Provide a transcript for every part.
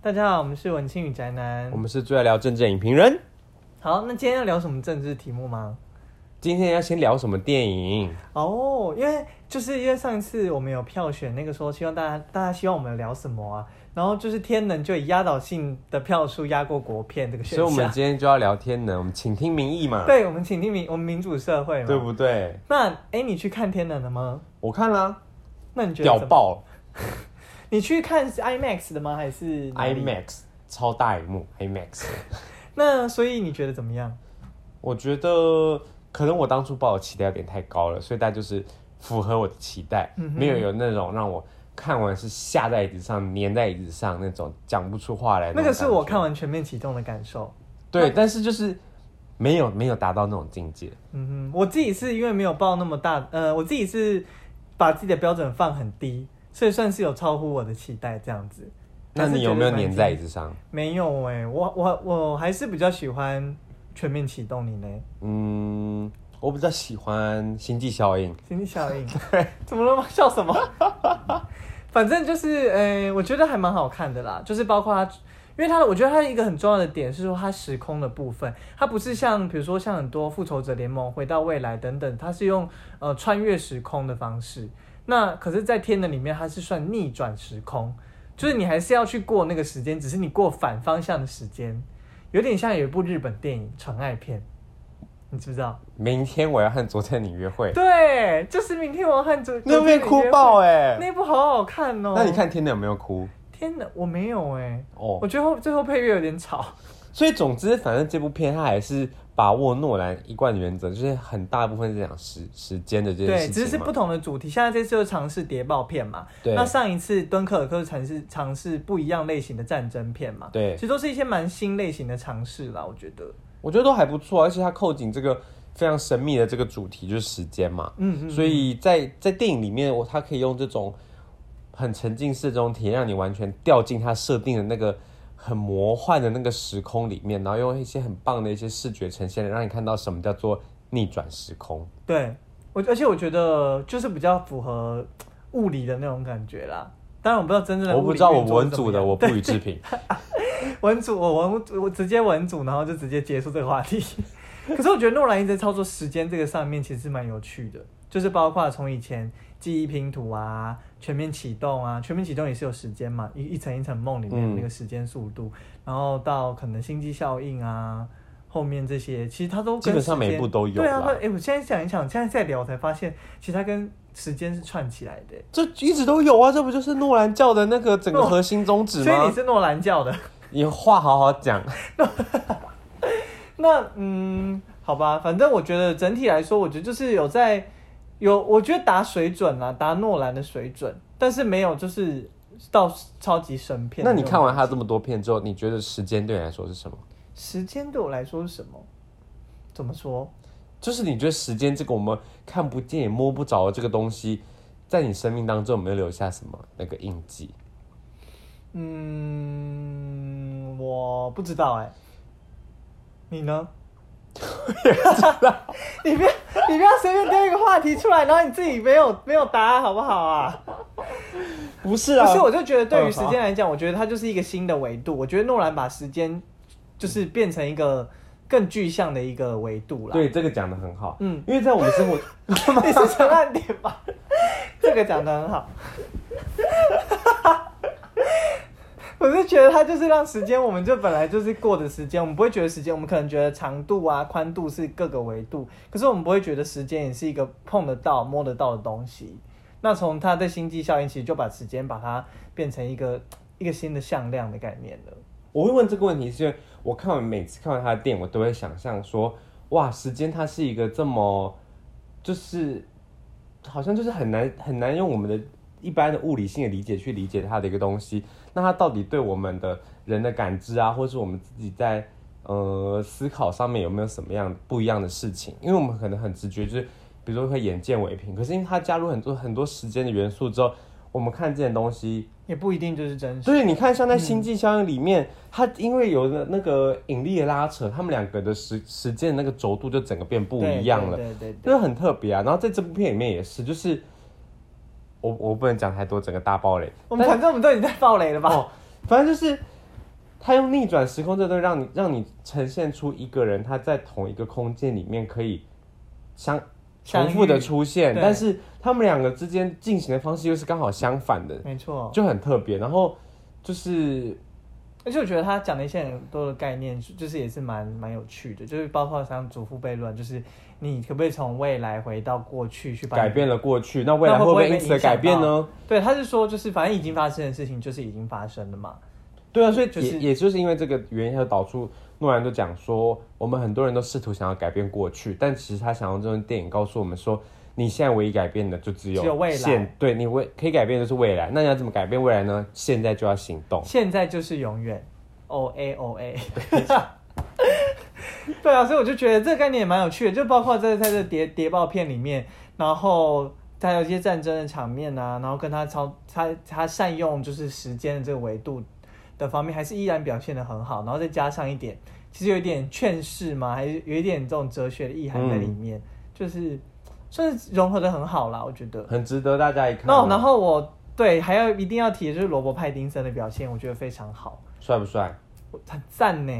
大家好，我们是文青与宅男我。们是最爱聊政治的影评人，好，那今天要聊什么政治题目吗？今天要先聊什么电影？哦，因为就是因为上一次我们有票选，那个时候希望大家大家希望我们聊什么啊？然后就是天能就以压倒性的票数压过国片这个选所以项。我们今天就要聊天能，我们请听民意嘛，对，我啊们请听民我们民主社会嘛。对不对？那哎、诶你去看天能了吗？我看啦、那你觉得屌怎么？爆了你去看是 IMAX 的吗？还是哪里，IMAX 超大荧幕，IMAX，那所以你觉得怎么样？我觉得可能我当初抱的期待有点太高了，所以大家就是符合我的期待，嗯哼没有有那种让我看完是下在椅子上、粘在椅子上那种讲不出话来的那哎种个感觉。是我看完《全面启动》的感受。对，但是就是没有没有达到那种境界。嗯哼，我自己是因为没有报那么大，呃，我自己是把自己的标准放很低，所以算是有超乎我的期待这样子。那但你是有没有觉得蛮粘在椅子上？没有哎、我我我还是比较喜欢全面启动你呢，嗯，我比较喜欢《星际效应》。心理效应。对，怎么了吗？笑什么？反正就是，呃、我觉得还蛮好看的啦，就是包括它，因为它的，我觉得它一个很重要的点是说它时空的部分，它不是像比如说像很多复仇者联盟、回到未来等等，它是用呃穿越时空的方式。那可是，在天能里面，它是算逆转时空，就是你还是要去过那个时间，只是你过反方向的时间，有点像有一部日本电影《纯爱片》，你知不知道？明天我要和昨天你约会，对，就是明天我要看主，那边哭爆哎、那部好好看哦。那你看天能有没有哭？天哪，我没有哎、我哦，觉得后最后配乐有点吵。所以总之，反正这部片它还是把握诺兰一贯的原则，就是很大部分是讲时时间的这件对，事情只嘛。是不同的主题。现在这次就尝试谍报片嘛，对那上一次敦刻尔克尝试尝试不一样类型的战争片嘛，对其实都是一些蛮新类型的尝试啦，我觉得。我觉得都还不错，而且它扣紧这个非常神秘的这个主题，就是时间嘛。嗯嗯，所以在在电影里面，我它可以用这种很沉浸式的这种体验，让你完全掉进它设定的那个很魔幻的那个时空里面，然后用一些很棒的一些视觉呈现，让你看到什么叫做逆转时空。对我，而且我觉得就是比较符合物理的那种感觉啦。当然我不知道真正的我物不理知道我运作是文怎么组的，样我不予置评。 文组，我文我直接文组，然后就直接结束这个话题。 可是我觉得诺兰一直在操作时间这个上面，其实蛮有趣的，就是包括从以前记忆拼图啊、全面启动啊，全面启动也是有时间嘛，一一层一层梦里面嗯的那个时间速度，然后到可能星际效应啊，后面这些其实它都跟基本上时间每一部都有对啊，啦哎、诶我现在想一想，现在在聊我才发现，其实它跟时间是串起来的、这一直都有啊，这不就是诺兰教的那个整个核心宗 旨所以你吗？是诺兰教的。你话好好讲。那嗯，好吧，反正我觉得整体来说，我觉得就是有在有，我觉得达水准啦，达诺兰的水准，但是没有就是到超级神片那种。你看完他这么多片之后，你觉得时间对你来说是什么？时间对我来说是什么？怎么说？就是你觉得时间这个我们看不见也摸不着的这个东西，在你生命当中有没有留下什么那个印记？嗯，我不知道哎、你 呢？你不要，你不要随便丢一个话题出来，然后你自己没有没有答案，好不好啊？不是不是，我就觉得对于嗯时好间来讲，我觉得它就是一个新的维度。我觉得诺兰把时间就是变成一个更具象的一个维度啦。，对这个讲的很好，嗯嗯，因为在我们 生活，你是想按点 吧？这个讲的很好。 我是觉得它就是让时间，我们就本来就是过的时间，我们不会觉得时间，我们可能觉得长度啊、宽度是各个维度，可是我们不会觉得时间也是一个碰得到、摸得到的东西。那从它的星际效应，其实就把时间把它变成一个一个新的向量的概念了。我会问这个问题，是因为我看完每次看完他的电影，我都会想象说，哇，时间它是一个这么，就是好像就是很难很难用我们的一般的物理性的理解去理解它的一个东西。那它到底对我们的人的感知啊，或是我们自己在呃思考上面有没有什么样不一样的事情？因为我们可能很直觉，就是比如说会眼见为凭，可是因为它加入很多很多时间的元素之后，我们看见的东西也不一定就是嗯真实。所以你看，像在《星际效应》里面，它因为有那那个引力的拉扯，他们两个的时时间的那个轴度就整个变不一样了，对对对对就是很特别啊。然后在这部片里面也是，就是我我不能讲太多，整个大爆雷。我们反正我们都已经在爆雷了吧？哦，反正就是他用逆转时空这东西，让你让你呈现出一个人他在同一个空间里面可以相相重复的遇出现，对但是他们两个之间进行的方式又是刚好相反的，没错。就很特别。然后就是而且我觉得他讲的一些很多的概念，就是也是蛮蛮有趣的，就是包括像祖父悖论，就是你可不可以从未来回到过去去把你改变了过去，那未来会不会因此而改变呢？？对，他是说就是反正已经发生的事情就是已经发生了嘛。对啊，所以也、就是也就是因为这个原因，他就导出诺兰就讲说，我们很多人都试图想要改变过去，但其实他想用这种电影告诉我们说，你现在唯一改变的就只有只有未来现对你未可以改变的就是未来，那你要怎么改变未来呢？现在就要行动。现在就是永远，O A O A。对啊，所以我就觉得这个概念也蛮有趣的，就包括在在这谍谍报片里面，然后他有一些战争的场面啊，然后跟他超他他善用就是时间的这个维度的方面，还是依然表现的很好，然后再加上一点，其实有一点劝世嘛，还是有一点这种哲学的意涵在里面，就是算是融合的很好啦，我觉得。很值得大家一看、哦然哦后然后我对还要一定要提的就是罗伯派丁森的表现，我觉得非常好。帅不帅？我很赞呢。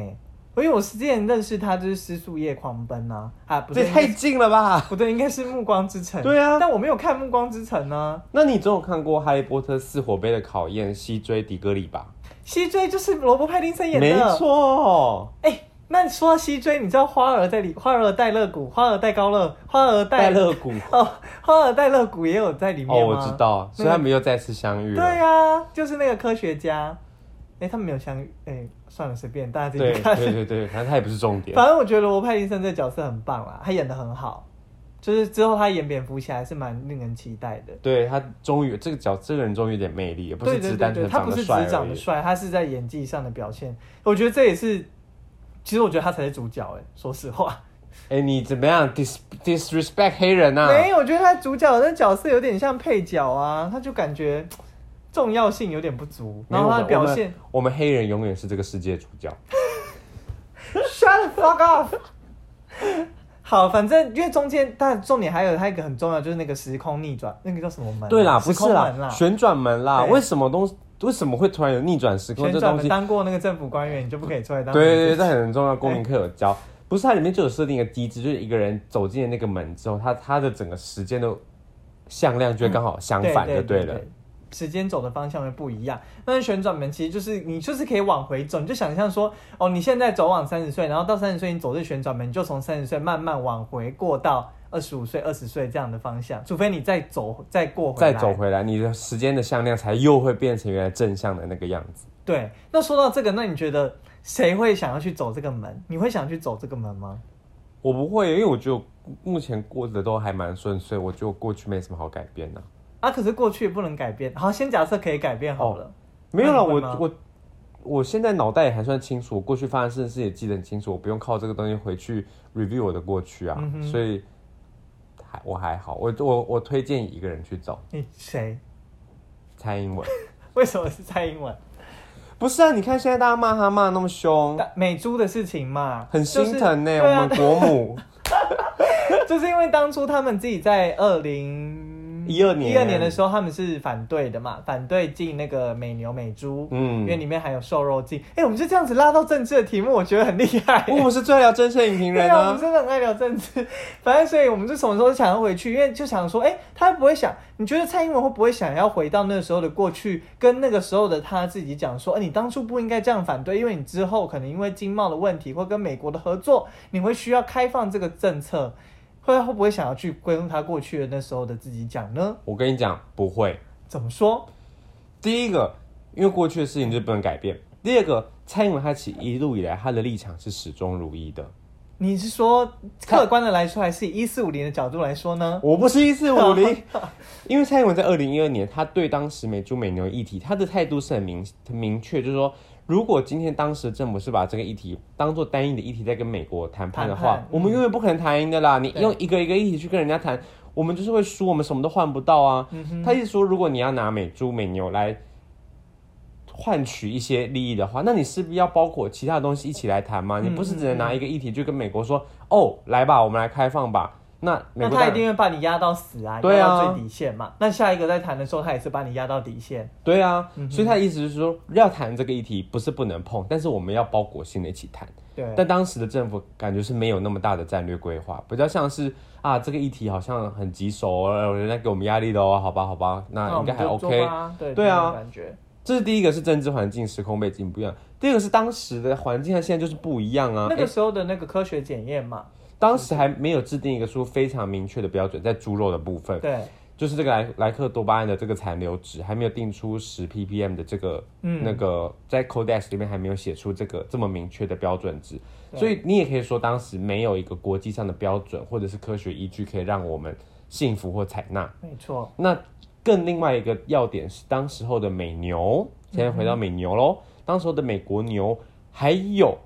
因为我之前认识他就是《失速夜狂奔》啊，啊不这对也，太近了吧？ 不对，应该是《暮光之城》。对啊但我没有看《暮光之城》啊呢。那你总有看过《哈利波特》四火杯的考验，西追迪戈里吧？西追就是罗伯·派丁森演的，没。错，哎、那你说到西追，你知道花儿在里，花儿带乐谷，花儿带高乐，花儿带戴乐谷。哦，花儿带乐谷也有在里面吗？哦，我知。道，所以他们又再次相遇了。对啊，就是那个科学家。哎、他们没有相遇。哎、算了，随便大家自己对去看。对对对，反正他也不是重点。反正我觉得罗伯·派丁森这个角色很棒啦，他演的很好，就是之后他演蝙蝠侠还是蛮令人期待的。对他终于这个角这个人终于有点魅力，也不对是对对只单对，纯他长不得是只帅是长而得已。帅，他是在演技上的表现。我觉得这也是，其实我觉得他才是主角哎、说实话，哎，你怎么样 dis disrespect 黑人呐、没啊？有，我觉得他主角的角色有点像配角啊，他就感觉重要性有点不足，然后他的没表有我们现我们黑人永远是这个世界的主角。 Shut the fuck up！好，反正因为中间，但重点还有他一个很重要，就是那个时空逆转，那个叫什么门啊、对啦，不时是空门啦，旋转门啦，对为什么东西为什么会突然有逆转时空旋这转东门西？当过那个政府官员，你就不可以出来当对对对，民这很重要，公民课有教。不是，它里面就有设定一个机制，就是一个人走进了那个门之后，他他的整个时间的向量就会刚好相反就对了。时间走的方向会不一样，但是旋转门其实就是你就是可以往回走，你就想象说，哦，你现在走往三十岁，然后到三十岁你走这旋转门，你就从三十岁慢慢往回过到二十五岁、二十岁这样的方向，除非你再走再过回来。再走回来，你的时间的向量才又会变成原来正向的那个样子。对，那说到这个，那你觉得谁会想要去走这个门？你会想去走这个门吗？我不会，因为我觉得我目前过得都还蛮顺遂，我觉得我过去没什么好改变的、啊，可是过去不能改变。好，先假设可以改变哦好了。没有啦，那你会我吗我我现在脑袋也还算清楚，我过去发生的事情也记得很清楚，我不用靠这个东西回去 review 我的过去啊，嗯哼所以还我还好，我我我推荐一个人去走你谁？蔡英文。 为什么是蔡英文？不是啊，你看现在大家骂他骂那么凶，但美猪的事情嘛，很心疼呢、就是我们国母。对啊， 就是因为当初他们自己在二零12年一二年的时候，他们是反对的嘛，反对进那个美牛美猪，因为嗯，里面含有瘦肉精。哎、我们就这样子拉到政治的题目，我觉得很厉害。我们是最聊真线影评对人啊，我啊们。真的很爱聊政治， 反正所以我们就什么时候想要回去，因为就想说，哎、他会不会想？你觉得蔡英文会不会想要回到那时候的过去，跟那个时候的他自己讲说，哎、你当初不应该这样反对，因为你之后可能因为经贸的问题或跟美国的合作，你会需要开放这个政策，会会不会想要去归入他过去的那时候的自己讲呢？我跟你讲，不会。怎么说？第一个，因为过去的事情就不能改变；第二个，蔡英文他其实一路以来他的立场是始终如一的。你是说客观的来说，还是以一四五零的角度来说呢？我不是一四五 零，因为蔡英文在二零一二年，他对当时美猪美牛议题，他的态度是很明很明确，就是说，如果今天当时的政府是把这个议题当做单一的议题在跟美国谈判的谈话，判嗯我们永远不可能谈赢的啦。你对用一个一个议题去跟人家谈，我们就是会输，我们什么都换不到啊。嗯他一直说，如果你要拿美猪美牛来换取一些利益的话，那你势必要包括其嗯他的东西一起来谈嘛。你不是只能拿一个议题就跟美国说，哦，来吧，我们来开放吧。那美那国他当一然定会把你压到死啊，对压啊到最底线嘛。那下一个在谈的时候，他也是把你压到底线。对啊，嗯所以他的意思是说，要谈这个议题不是不能碰，但是我们要包裹性的一起谈。对，但当时的政府感觉是没有那么大的战略规划，比较像是啊，这个议题好像很棘手哦，有人在给我们压力的哦，好吧，好吧，那我应该们还就做 OK。吧对对啊这种感觉这是第一个是政治环境、时空背景不一样，第二个是当时的环境和现在就是不一样啊。那个诶时候的那个科学检验嘛，当时还没有制定一个出非常明确的标准，在猪肉的部分，对，就是这个莱莱克多巴胺的这个残留值还没有定出十 ppm 的这个、嗯那个在 Codex 里面还没有写出这个这么明确的标准值，对所以你也可以说当时没有一个国际上的标准或者是科学依据可以让我们信服或采纳。没错，那更另外一个要点是，当时候的美牛，现在回嗯到美牛喽，当时候的美国牛还有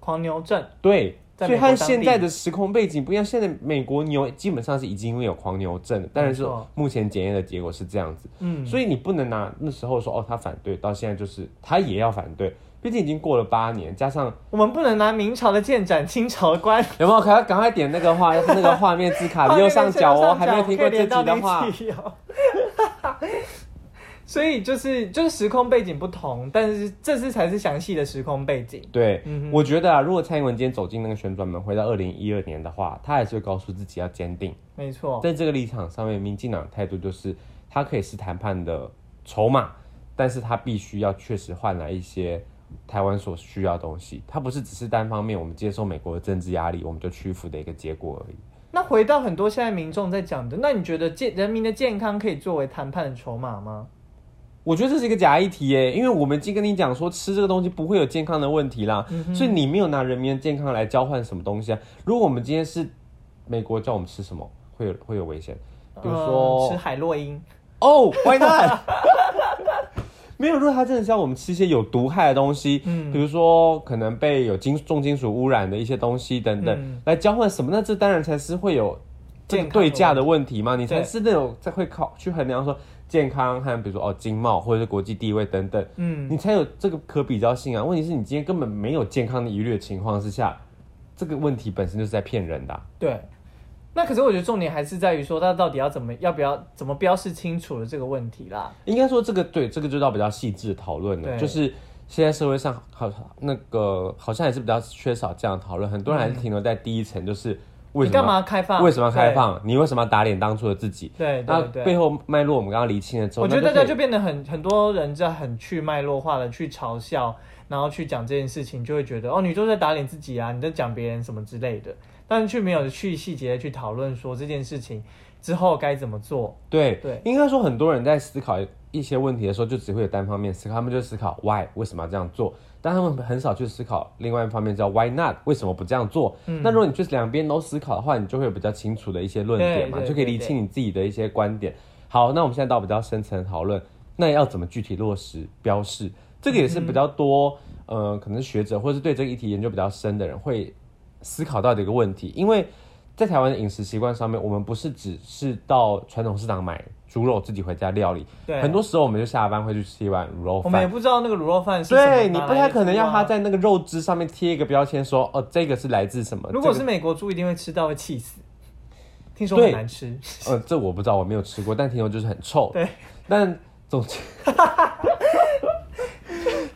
狂牛症，对，在所美以国和当现地在的时空背景不一样。现在美国牛基本上是已经有狂牛症了，当然是没错目前检验的结果是这样子。嗯，所以你不能拿那时候说哦他反对，到现在就是他也要反对，毕竟已经过了八年，加上我们不能拿明朝的剑斩清朝的官， 有没有赶快赶快点那个画那个画面字 卡的右上角哦，还没有听过这集的话，话。 所以就是就是时空背景不同，但是这次才是详细的时空背景。对，嗯哼我觉得啊，如果蔡英文今天走进那个旋转门，回到二零一二年的话，他还是会告诉自己要坚定，没错，在这个立场上面，民进党的态度就是他可以是谈判的筹码，但是他必须要确实换来一些台湾所需要的东西，他不是只是单方面我们接受美国的政治压力，我们就屈服的一个结果而已。那回到很多现在民众在讲的，那你觉得健人民的健康可以作为谈判的筹码吗？我觉得这是一个假议题耶，因为我们已经跟你讲说吃这个东西不会有健康的问题啦，所以你没有拿人民的健康来交换什么东西啊。如果我们今天是美国叫我们吃什么，会有会有危险，比如呃说、吃海洛因，哦，Why not？没有，如果他真的是要我们吃一些有毒害的东西，嗯比如说可能被有金重金属污染的一些东西等等，嗯来交换什么？那这当然才是会有这个健康的对价的问题嘛，你才对是那种在会考去衡量说健康和比如说哦经贸或者是国际地位等等，嗯，你才有这个可比较性啊。问题是你今天根本没有健康的疑虑的情况之下，这个问题本身就是在骗人的啊、对。那可是我觉得重点还是在于说，他到底要怎么要不要怎么标示清楚了这个问题啦。应该说这个对，这个就到比较细致的讨论了。对就是现在社会上好那个好像还是比较缺少这样的讨论，很多人还是停留在第一层，就是为你什干么嘛开放？为什么要开对？放，你为什么要打脸当初的自己？对那对对。背后脉络我们刚刚厘清了之后，我觉得那大家可以就变得很很多人在很去脉络化的去嘲笑，然后去讲这件事情，就会觉得哦，你就在打脸自己啊，你在讲别人什么之类的，但是却没有去细节的去讨论说这件事情之后该怎么做。对对应该说很多人在思考一些问题的时候，就只会有单方面思考，他们就思考 why 为什么要这样做，但他们很少去思考另外一方面叫 why not 为什么不这样做。嗯那如果你就是两边都思考的话，你就会有比较清楚的一些论点嘛，对对就可以理对清你自己的一些观点。好，那我们现在到比较深层的讨论，那要怎么具体落实标示？这个也是比较多、呃，可能学者或是对这个议题研究比较深的人会思考到的一个问题，因为在台湾的饮食习惯上面，我们不是只是到传统市场买猪肉自己回家料理，对，很多时候我们就下班会去吃一碗卤肉我们也饭。不知道那个卤肉饭是什么对你拿来不太可能的要猪它啊。在那个肉汁上面贴一个标签，说哦，这个是来自什么？如果这是个美国猪，一定会吃到会气死，听说对很难吃。呃，这我不知道，我没有吃过，但听说就是很臭。对，但总之，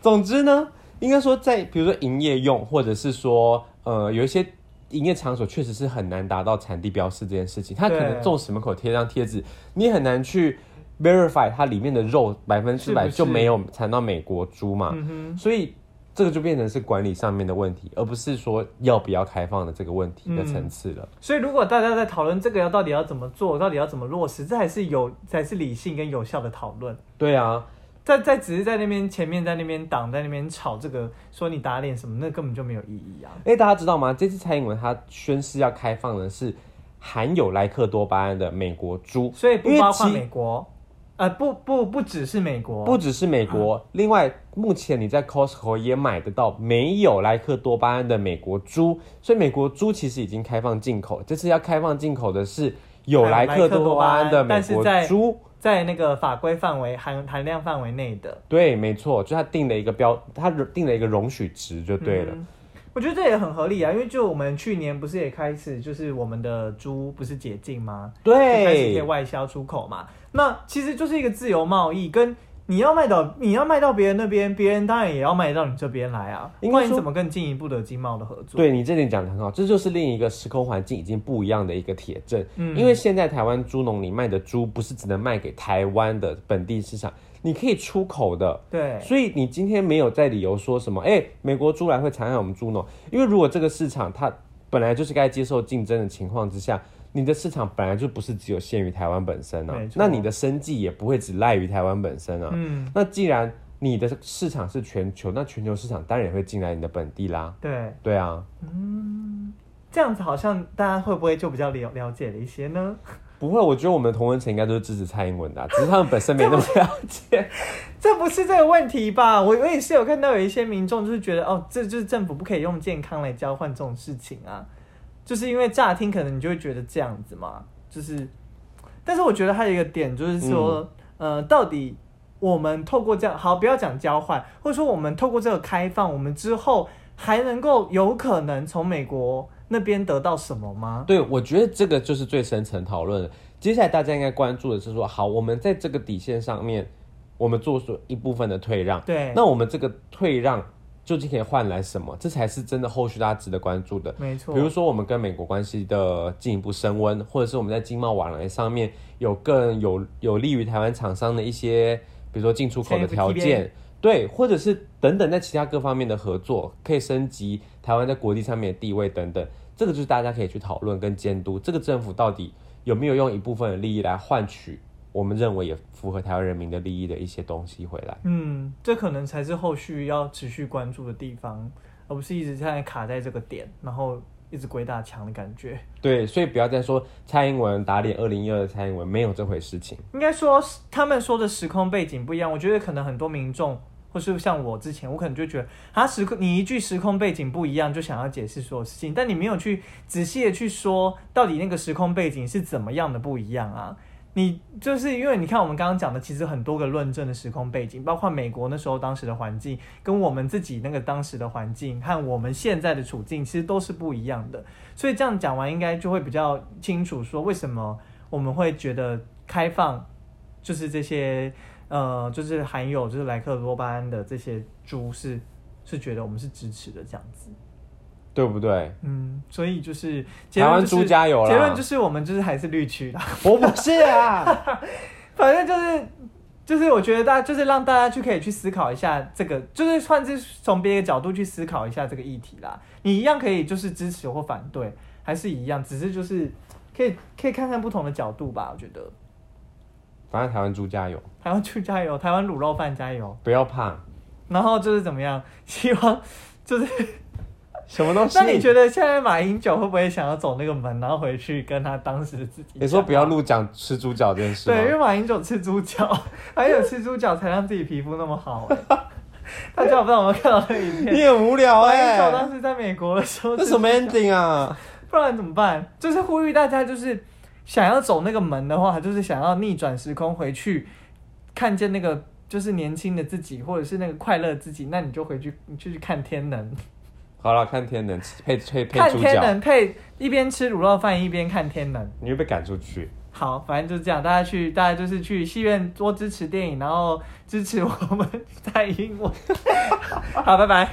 总之呢，应该说在比如说营业用，或者是说呃有一些营业场所确实是很难达到产地标示这件事情，它可能对纵使门口贴张贴纸，你也很难去 verify 它里面的肉百分之百是不是就没有产到美国猪嘛，嗯哼，所以。这个就变成是管理上面的问题，而不是说要不要开放的这个问嗯题的层次了。所以如果大家在讨论这个要到底要怎么做，到底要怎么落实，这还是有才是理性跟有效的讨论。对啊，在在只是在那边前面在那边挡在那边吵这个说你打脸什么，那根本就没有意义啊。哎、大家知道吗？这次蔡英文他宣誓要开放的是含有莱克多巴胺的美国猪，所以不因为包括其美国，呃，不不不只是美国，不只是美啊国，另外目前你在 Costco 也买得到没有莱克多巴胺的美国猪，所以美国猪其实已经开放进口，这次要开放进口的是有莱克多巴胺的美国但是在猪。在那个法规范围含含量范围内的。对，没错，就他定了一个标，他定了一个容许值就对了。嗯我觉得这也很合理啊，因为就我们去年不是也开始，就是我们的猪不是解禁吗？就开始可以对，外销出口嘛。那其实就是一个自由贸易，跟你要卖到你要卖到别人那边，别人当然也要卖到你这边来啊。应该说不然你怎么更进一步的经贸的合作？对你这点讲的很好，这就是另一个时空环境已经不一样的一个铁证。嗯因为现在台湾猪农你卖的猪不是只能卖给台湾的本地市场，你可以出口的。对所以你今天没有在理由说什么，哎、美国猪来会残害我们猪农，因为如果这个市场它本来就是该接受竞争的情况之下，你的市场本来就不是只有限于台湾本身啊没错，那你的生计也不会只赖于台湾本身啊。嗯，那既然你的市场是全球，那全球市场当然也会进来你的本地啦。对，对啊，这样子好像大家会不会就比较了了解了一些呢？不会，我觉得我们的同文层应该都是支持蔡英文的啊、只是他们本身没那么了解。这不是这个问题吧？我我也是有看到有一些民众就是觉得，哦，这就是政府不可以用健康来交换这种事情啊，就是因为乍听可能你就会觉得这样子嘛，就是，但是我觉得还有一个点就是说，呃，到底我们透过这样，好，不要讲交换，或者说我们透过这个开放，我们之后还能够有可能从美国那边得到什么吗？ 对，我觉得这个就是最深层讨论了。接下来大家应该关注的是说，好，我们在这个底线上面，我们做出一部分的退让，对，那我们这个退让究竟可以换来什么？这才是真的后续大家值得关注的。没错，比如说，我们跟美国关系的进一步升温，或者是我们在经贸往来上面有更有有利于台湾厂商的一些，比如说进出口的条 TFTP 件，对，或者是等等在其他各方面的合作，可以升级台湾在国际上面的地位等等，这个就是大家可以去讨论跟监督，这个政府到底有没有用一部分的利益来换取我们认为也符合台湾人民的利益的一些东西回来。嗯，这可能才是后续要持续关注的地方，而不是一直在卡在这个点，然后一直鬼打墙的感觉。对，所以不要再说蔡英文打脸二零一二的蔡英文没有这回事情。应该说他们说的时空背景不一样，我觉得可能很多民众。或是像我之前，我可能就觉得啊，时空你一句时空背景不一样，就想要解释所有事情，但你没有去仔细的去说到底那个时空背景是怎么样的不一样啊？你就是因为你看我们刚刚讲的，其实很多个论证的时空背景，包括美国那时候当时的环境，跟我们自己那个当时的环境和我们现在的处境，其实都是不一样的。所以这样讲完，应该就会比较清楚说为什么我们会觉得开放就是这些呃，就是含有就是莱克多巴胺的这些猪是是觉得我们是支持的这样子，对不对？嗯，所以就是结台论湾就是猪加油啦！结 论就是我们就是还是绿区啦， 我不是啊，反正就是。就是我觉得大家就是让大家去可以去思考一下这个，就是换之从别的角度去思考一下这个议题啦。你一样可以就是支持或反对，还是一样，只是就是可以可以看看不同的角度吧。我觉得反正台湾猪加油，台湾猪加油，台湾卤肉饭加油。不要怕，然后就是怎么样？ 希望哦就是，什么东西？那你觉得现在马英九会不会想要走那个门，然后回去跟他当时的自己？你说不要。录讲吃猪脚这件事对，因吗？为马英九吃猪脚， 还有吃猪脚才让自己皮肤那么好、欸。 大家有不知道有没有看到那影 片？你很无聊马英哎、九当时在美国的时候，这什么？ending 啊？不然怎么办？就是呼吁大家，就是想要走那个门的话，就是想要逆转时空回去，看见那个就是年轻的自己，或者是那个快乐的自己，那你就回去，你就去看天能。好了，看天能配配配看猪天脚，能配一边吃卤肉饭一边看天能。你会被赶出去。好，反正就这样，大家去，大家就是去戏院 多支持电影，然后支持我们蔡英文。好，拜拜。